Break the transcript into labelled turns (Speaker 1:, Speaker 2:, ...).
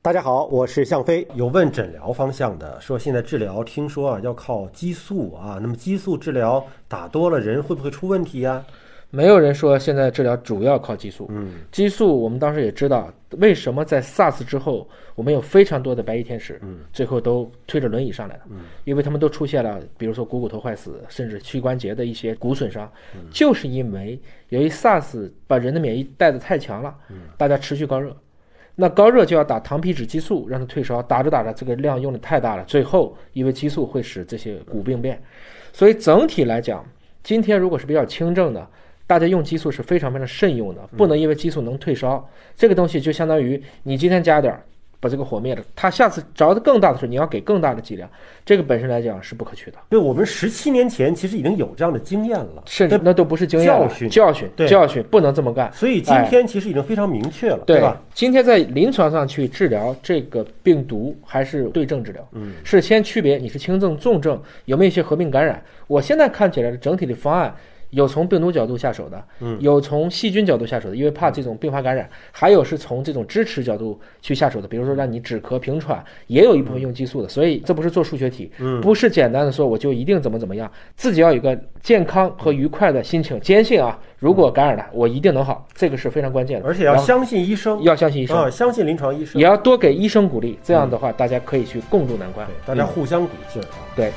Speaker 1: 大家好，我是向飞。有问诊疗方向的，说现在治疗听说啊要靠激素啊，那么激素治疗打多了人会不会出问题啊呀、
Speaker 2: 没有人说现在治疗主要靠激素。
Speaker 1: 嗯
Speaker 2: 激素我们当时也知道，为什么在 SARS 之后，我们有非常多的白衣天使，
Speaker 1: 嗯
Speaker 2: 最后都推着轮椅上来了，
Speaker 1: 嗯
Speaker 2: 因为他们都出现了，比如说股骨头坏死，甚至膝关节的一些骨损伤，
Speaker 1: 嗯
Speaker 2: 就是因为由于 SARS 把人的免疫带得太强了，
Speaker 1: 嗯
Speaker 2: 大家持续高热，那高热就要打糖皮质激素让它退烧，打着打着这个量用的太大了，最后因为激素会使这些骨病变，所以整体来讲，今天如果是比较轻症的。大家用激素是非常非常慎用的，不
Speaker 1: 嗯
Speaker 2: 能因为激素能退烧，这个东西就相当于你今天加点儿，把这个火灭了，它下次着的更大的时候，你要给更大的剂量，这个本身来讲是不可取的，
Speaker 1: 对我们十七年前其实已经有这样的经验了，
Speaker 2: 甚至
Speaker 1: 对
Speaker 2: 那都不是经验了
Speaker 1: 教训
Speaker 2: 教训，
Speaker 1: 对
Speaker 2: 教训，不能这么干。
Speaker 1: 所以今
Speaker 2: 哎
Speaker 1: 天其实已经非常明确了，
Speaker 2: 对
Speaker 1: 吧？
Speaker 2: 今天在临床上去治疗这个病毒，还是对症治疗？
Speaker 1: 嗯，
Speaker 2: 是先区别你是轻症、重症，有没有一些合并感染？我现在看起来的整体的方案。有从病毒角度下手的，
Speaker 1: 嗯
Speaker 2: 有从细菌角度下手的，因为怕这种并发感染；还有是从这种支持角度去下手的，比如说让你止咳平喘，也有一部分用激素的，所以这不是做数学题，
Speaker 1: 嗯
Speaker 2: 不是简单的说我就一定怎么怎么样，自己要有一个健康和愉快的心情，坚信啊，如果感染了，我一定能好，这个是非常关键的，
Speaker 1: 而且要
Speaker 2: 然后
Speaker 1: 相信医生，
Speaker 2: 要相信医生，
Speaker 1: 啊，相信临床医生
Speaker 2: 也，要多给医生鼓励。这样的话，大家可以去共度难关
Speaker 1: 对，大家
Speaker 2: 嗯
Speaker 1: 互相鼓劲儿啊。
Speaker 2: 对。